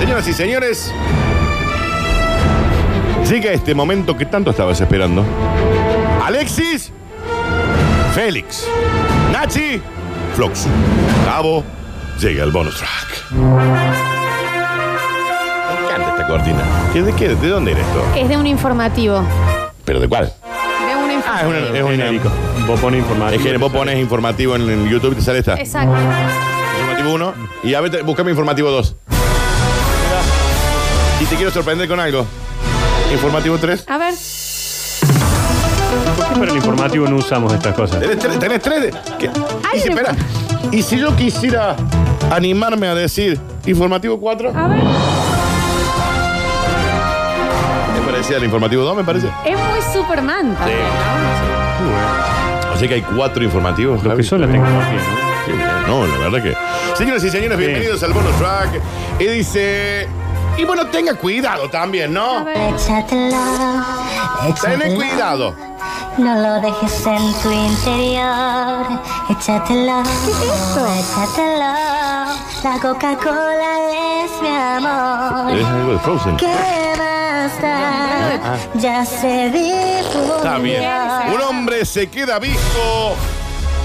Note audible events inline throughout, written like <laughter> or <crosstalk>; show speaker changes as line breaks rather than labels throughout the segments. Señoras y señores, llega este momento que tanto estabas esperando. Alexis, Félix, Nachi, Flox. Cabo, llega el bonus track. Me encanta esta cortina. ¿Qué- ¿De qué? ¿De dónde era esto?
Es de un informativo.
¿Pero de cuál?
De un
Ah, es
informativo.
una- es un genérico.
Vos pones informativo.
Es que vos pones informativo en, en YouTube y te sale esta.
Este. Exacto.
Informativo 1 y a ver, buscame informativo 2. Y te quiero sorprender con algo. Informativo 3.
A ver,
¿Por qué para el informativo no usamos estas cosas?
¿Tenés tres? ¿Tenés tres? de- ¿Qué? Y
Ay,
si,
no.
espera, y si yo quisiera animarme a decir informativo 4,
a ver.
me parecía el informativo 2, me parece.
Es muy Superman también, ¿no?
eh. Así que hay cuatro informativos.
Lo
Javi.
que son la tecnología, ¿no?
Qué bien. No, la verdad que. Señoras y señores,
Sí.
bienvenidos al bonus track. Y dice. Y bueno, tenga cuidado también,
A
¿no?
ver.
Échatelo,
Ten
échatelo.
cuidado.
No lo dejes en tu interior. Échatelo.
esto?
Échatelo. La Coca-Cola es mi amor.
Ah.
Es algo de Frozen.
¿Qué basta? Ya se difundió.
Ah. Está bien.
Bien,
Un hombre se queda visto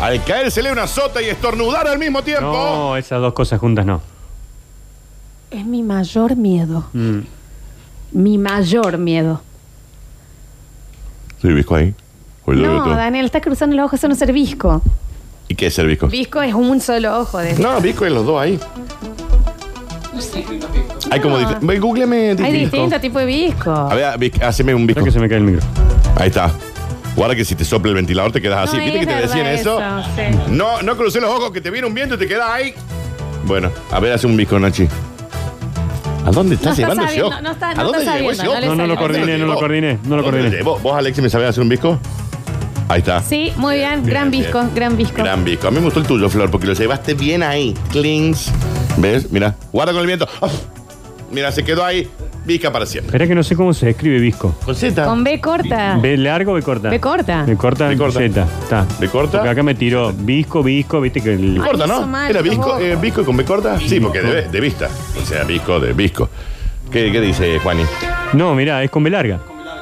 al caérsele una sota y estornudar al mismo tiempo.
No, esas dos cosas juntas no.
Es mi mayor miedo.
Mm.
Mi mayor miedo.
¿Soy Visco ahí? ¿O lo veo
No,
todo?
Daniel, estás cruzando los ojos, eso no es ser visco.
¿Y qué es ser Visco?
Visco es un solo ojo. De...
No, Visco es los dos ahí. Hay como.
No.
dif- Ve, Googleme.
Hay
Visco.
distintos tipos de visco.
A ver, Vic, haceme un Visco.
Creo que se me cae el micro.
Ahí está. Guarda que si te sopla el ventilador te quedas así.
No
ah, ¿Viste
es
que te
verdad
decían eso?
eso, sí.
No, no crucé los ojos, que te viene un viento y te quedas ahí. Bueno, a ver, hace un Visco, Nachi. ¿A dónde
No
estás
está
llevando ese
sabiendo,
ojo?
no está-
¿A
no
dónde
está
llevó ese
sabiendo,
ojo?
no le
No, no lo
sale.
coordiné, no lo coordiné, no lo
¿Dónde
coordiné.
llevó? ¿Vos, Alexi, me sabés hacer un visco? Ahí está.
Sí, muy bien.
Bien,
gran
bien.
visco, gran visco.
Gran visco. A mí me gustó el tuyo, Flor, porque lo llevaste bien ahí. Clings. ¿Ves? Mira, guarda con el viento. Uf. Mira, se quedó ahí. Visca para siempre.
Espera que no sé cómo se escribe visco.
Con Z.
Con B corta.
¿Ve largo o ve corta?
Ah. Ve corta.
Ve corta,
Ve
ve
corta.
corta. Está.
Ve corta.
Porque acá me tiró visco, visco, viste que el.
B corta,
Ay,
¿no?
Ah, hizo mal,
¿Era
hizo
visco?
vos.
eh, ¿Visco con B corta? Sí, porque de, de vista. O sea, visco de visco. ¿Qué, qué dice Juani?
No, mirá, es con B larga.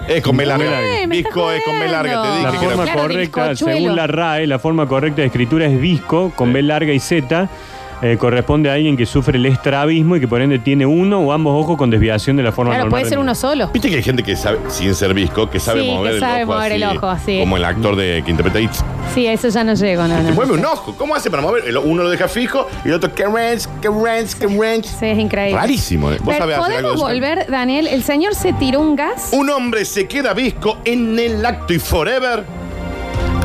Es con B larga.
Uy,
me estás
Visco es con B larga, te
jodiendo.
dije
La
que era.
forma
Claro, de
correcta,
bizcochuelo.
según la RAE, la forma correcta de escritura es visco, con B larga y Z. eh, corresponde a alguien que sufre el estrabismo y que por ende tiene uno o ambos ojos con desviación de la forma
Claro,
normal.
puede ser
del-
uno solo.
Viste que hay gente que sabe, sin ser visco, que sabe
Sí, que
mover el
sabe
ojo.
mover el
así,
ojo, sí.
Como el actor de que interpreta It.
Sí, a eso ya no llego, no,
Te
no.
mueve un ojo. ¿Cómo hace para mover? El- Uno lo deja fijo y el otro, que ranch, que ranch, que ranch.
Sí, es increíble.
Rarísimo, ¿eh? Vos
Pero
sabés hacer algo de
¿Podemos
eso.
volver, Daniel? El señor se tiró un gas.
Un hombre se queda visco en el acto y forever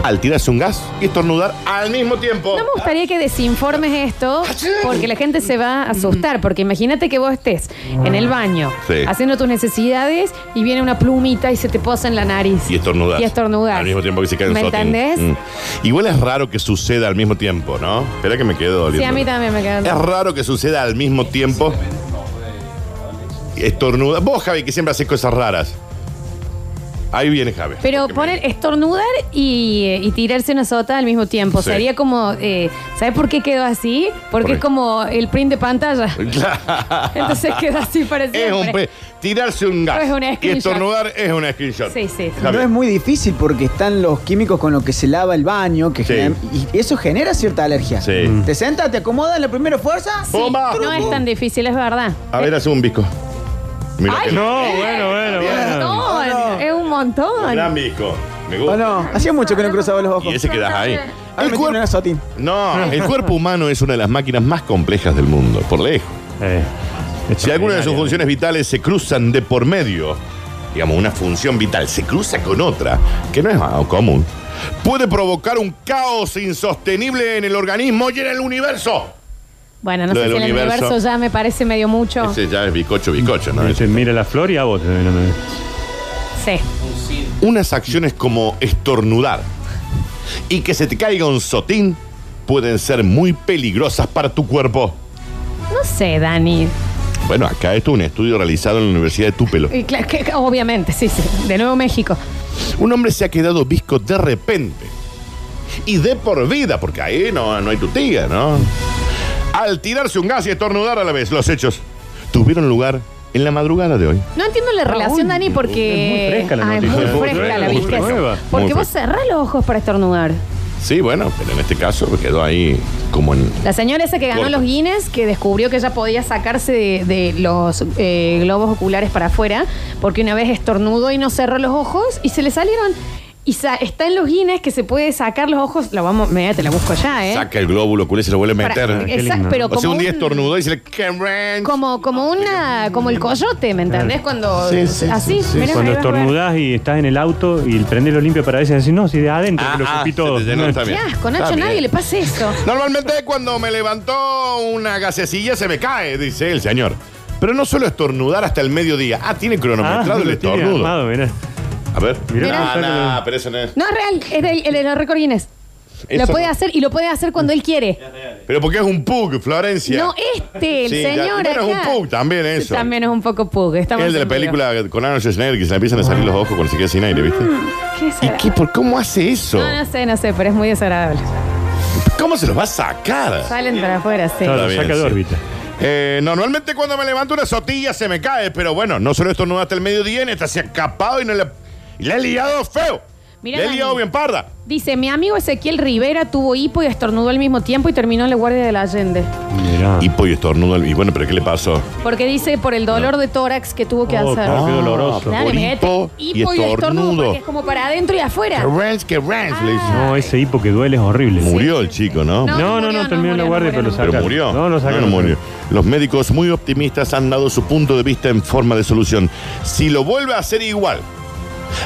al tirarse un gas y estornudar al mismo tiempo.
No me gustaría que desinformes esto porque la gente se
Mm.
va a asustar. Porque imagínate que vos estés en el baño
Sí.
haciendo tus necesidades y viene una plumita y se te posa en la nariz.
Y estornudar.
Y estornudar.
Al mismo tiempo que se cae un
¿Me
sotín.
entendés?
Mm. Igual es raro que suceda al mismo tiempo, ¿no? Espera que me quedo doliendo.
Sí, a mí también me
Es
queda.
raro que suceda al mismo tiempo. Estornuda. Vos, Javi, que siempre haces cosas raras. Ahí viene Javi.
Pero
Porque me-
poner estornudar y, eh, y tirarse una sota al mismo tiempo
Sí.
sería como. Eh, ¿Sabes por qué quedó así? Porque
Por ahí.
es como el print
<laughs>
de pantalla. Entonces queda así para
Es
siempre.
un pe- Tirarse un gas
No es un
y
screenshot.
estornudar es un screenshot.
Sí, sí.
Está
No
bien.
es muy difícil porque están los químicos con los que se lava el baño, que
Sí.
generan- y eso genera cierta alergia. Mm.
Sí.
Te sentas, te acomodas en la primera fuerza.
Sí,
Bomba.
no es tan difícil, es verdad.
A ver, hace un bizco. Mira
Ay,
que-
No, bueno, bueno, bueno.
montón,
no.
es un montón.
Gran bizco. Me
¿O
gusta.
no? Hacía mucho que Ah, no cruzaba los ojos.
Oh. Y ese quedas ahí.
Ahora me
El
tiene
cuerpo-
una sotín.
No, el cuerpo humano es una de las máquinas más complejas del mundo, por lejos.
Eh,
Si alguna de sus funciones vitales se cruzan de por medio, digamos, una función vital se cruza con otra, que no es ah, común, puede provocar un caos insostenible en el organismo y en el universo.
Bueno, no
Lo
sé
del
si en el
universo.
universo. ya me parece medio mucho.
Ese ya es bizcocho, bizcocho, ¿no?
Dice, mira la flor y a vos. eh, no me-
Sí.
Unas acciones como estornudar y que se te caiga un sotín pueden ser muy peligrosas para tu cuerpo.
No sé, Dani.
Bueno, acá esto es un estudio realizado en la Universidad de Tupelo.
Y cla- que- que- obviamente, sí, sí. De Nuevo México.
Un hombre se ha quedado visco de repente. Y de por vida, porque ahí no, no hay tutía, ¿no? Al tirarse un gas y estornudar a la vez, los hechos tuvieron lugar en la madrugada de hoy.
No entiendo la relación, Dani, porque.
es muy fresca la
Ah, es
noticia.
muy
Muy
fresca la
nueva, muy
viste.
nueva.
Muy
Porque vos
fresca.
cerrás los ojos para estornudar.
Sí, bueno, pero en este caso quedó ahí como en.
La señora esa que ganó
Corta.
los Guinness, que descubrió que ella podía sacarse de, de los eh, globos oculares para afuera, porque una vez estornudó y no cerró los ojos y se le salieron. Y sa- está en los Guinness que se puede sacar los ojos. La vamos, mira, te la busco ya, ¿eh?
Saca el glóbulo culé y se lo vuelve a
Para-
meter.
qué
exact-
lindo.
pero
o
como
sea, un día
un-
estornudó y se le. ¡Qué
Como, como una, como el coyote, ¿me entendés? Cuando.
Sí, sí,
así,
sí, sí,
mirá,
Cuando
ahí vas a ver.
estornudás y estás en el auto y el prendelo limpia para veces así, no, si de adentro
Ah,
que lo
ah,
escupí
se
todo.
te llenó, está
Qué
bien.
asco,
Está
Nacho, a
bien.
nadie le pasa eso.
Normalmente cuando me levantó una gasecilla se me cae, dice el señor. Pero no suelo estornudar hasta el mediodía. Ah, tiene cronometrado el
lo tiene
estornudo.
armado, mirá.
A ver.
Mirá.
Ah,
Mirá.
nah, pero eso no es.
No, es real, es del, el de los récord Guinness.
Eso
Lo puede
no. Mm.
hacer y lo puede hacer cuando él quiere.
Pero porque es un pug, Florencia.
No, este, el
Sí, ya-
señor.
bueno, es
acá.
un pug también eso.
También es un poco pug. estamos
el de la
en vivo.
película con Arnold Schwarzenegger que se le empiezan a salir los ojos cuando se queda sin aire, ¿viste?
¿Qué
¿Y
será?
qué? ¿Por cómo hace eso?
Ah, No, no sé, no sé, pero es muy desagradable.
¿Cómo se los va a sacar?
Salen para afuera, sí.
Está
Claro,
bien,
saca de
sí.
órbita.
Eh, normalmente cuando me levanto una sotilla se me cae, pero bueno, no solo estornudo hasta el mediodía, en esta se ha escapado y no la, y la he liado feo.
Mirá,
la he
Dani.
liado bien parda.
Dice, mi amigo Ezequiel Rivera tuvo hipo y estornudó al mismo tiempo y terminó en la Guardia de la Allende.
Mirá.
Y pollo estornudo. Y bueno, pero ¿qué le pasó?
Porque dice por el dolor de tórax que tuvo que
Oh,
hacer.
Ah,
claro, qué doloroso.
Claro,
Por
imagínate,
hipo y estornudo.
porque es como para adentro y
Que
afuera.
ranch, que ranch, le dice.
No, ese hipo que duele es horrible.
Murió el chico, ¿no?
No,
Ah, No, no, no,
murió, no,
terminó en la
murió,
guardia,
no
pero lo
murió,
Pero
sacaron.
murió.
No, lo
no,
sacaron.
no murió. Los médicos muy optimistas han dado su punto de vista en forma de solución. Si lo vuelve a hacer igual,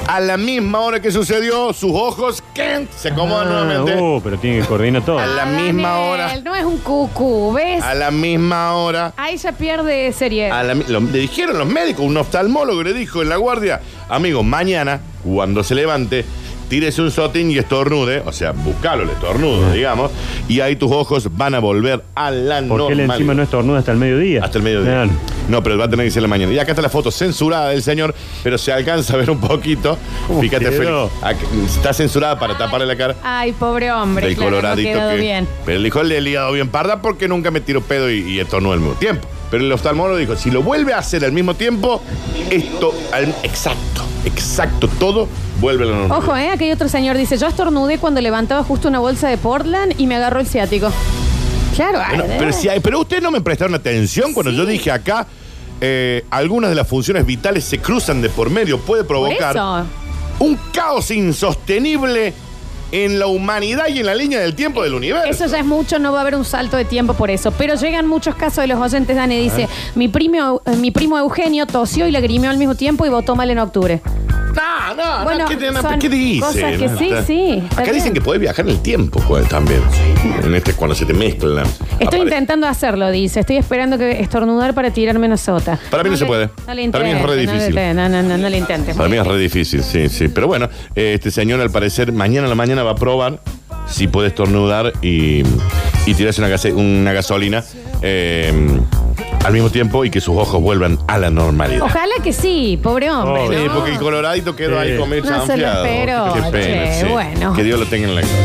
a la misma hora que sucedió, sus ojos ¡quén! se acomodan nuevamente.
Oh, pero tiene que coordinar todo.
A la misma hora.
No es un cucú, ¿ves?
A la misma hora.
Ahí ya pierde serie.
A la mi- lo- le dijeron los médicos, un oftalmólogo le dijo en la guardia, amigo, mañana, cuando se levante, tírese un sotín y estornude, o sea, buscalo el estornudo, digamos, y ahí tus ojos van a volver a la
Porque él
normalidad.
encima no estornuda hasta el mediodía.
Hasta el mediodía.
Claro.
No, pero va a tener que ser la mañana. Y acá está la foto censurada del señor, pero se alcanza a ver un poquito.
¿Cómo
Fíjate,
quedó?
Félix. Acá- Está censurada para taparle la cara.
Ay, pobre hombre.
del
claro, no
coloradito
quedó
que.
bien.
Pero el hijo le he liado bien parda porque nunca me tiró pedo y, y estornudó al mismo tiempo. Pero el oftalmólogo dijo: si lo vuelve a hacer al mismo tiempo, esto. al- exacto, exacto, todo vuelve a la normalidad.
Ojo, ¿eh? Aquí hay otro señor. Dice, yo estornudé cuando levantaba justo una bolsa de Portland y me agarró el ciático. Claro.
Bueno,
ay,
pero,
eh.
si hay- pero ustedes no me prestaron atención cuando
Sí.
yo dije acá. eh, algunas de las funciones vitales se cruzan de por medio, puede
Por
provocar
eso.
un caos insostenible en la humanidad y en la línea del tiempo del universo.
Eso ya es mucho, no va a haber un salto de tiempo por eso. Pero llegan muchos casos de los oyentes, Dani dice, mi primo, eh, mi primo Eugenio tosió y lagrimeó al mismo tiempo y votó mal en octubre.
No, no,
Bueno,
no, ¿qué, te- no,
son
¿qué dice?
cosas que
No,
sí,
está-
sí, está
Acá dicen
bien.
que podés viajar en el tiempo, Juan, también. En este, cuando se te mezclan.
Estoy
Apare-
intentando hacerlo, dice. Estoy esperando que estornudar para tirarme una sota.
Para mí no se
le-
puede.
No le
Para mí es re
intentes, no le
difícil.
intentes, No, no, no, no le intentes.
Para mí es re difícil, sí, sí. Pero bueno, eh, este señor al parecer mañana a la mañana va a probar si puede estornudar y, y tirarse una, gase- una gasolina eh, al mismo tiempo y que sus ojos vuelvan a la normalidad.
Ojalá que sí, pobre hombre.
Oh, Sí,
¿no?
porque el coloradito quedó ahí
Sí.
con medio
No se lo
chanfleado.
espero.
Qué pena,
Che,
sí.
bueno.
Que Dios lo tenga en la gloria.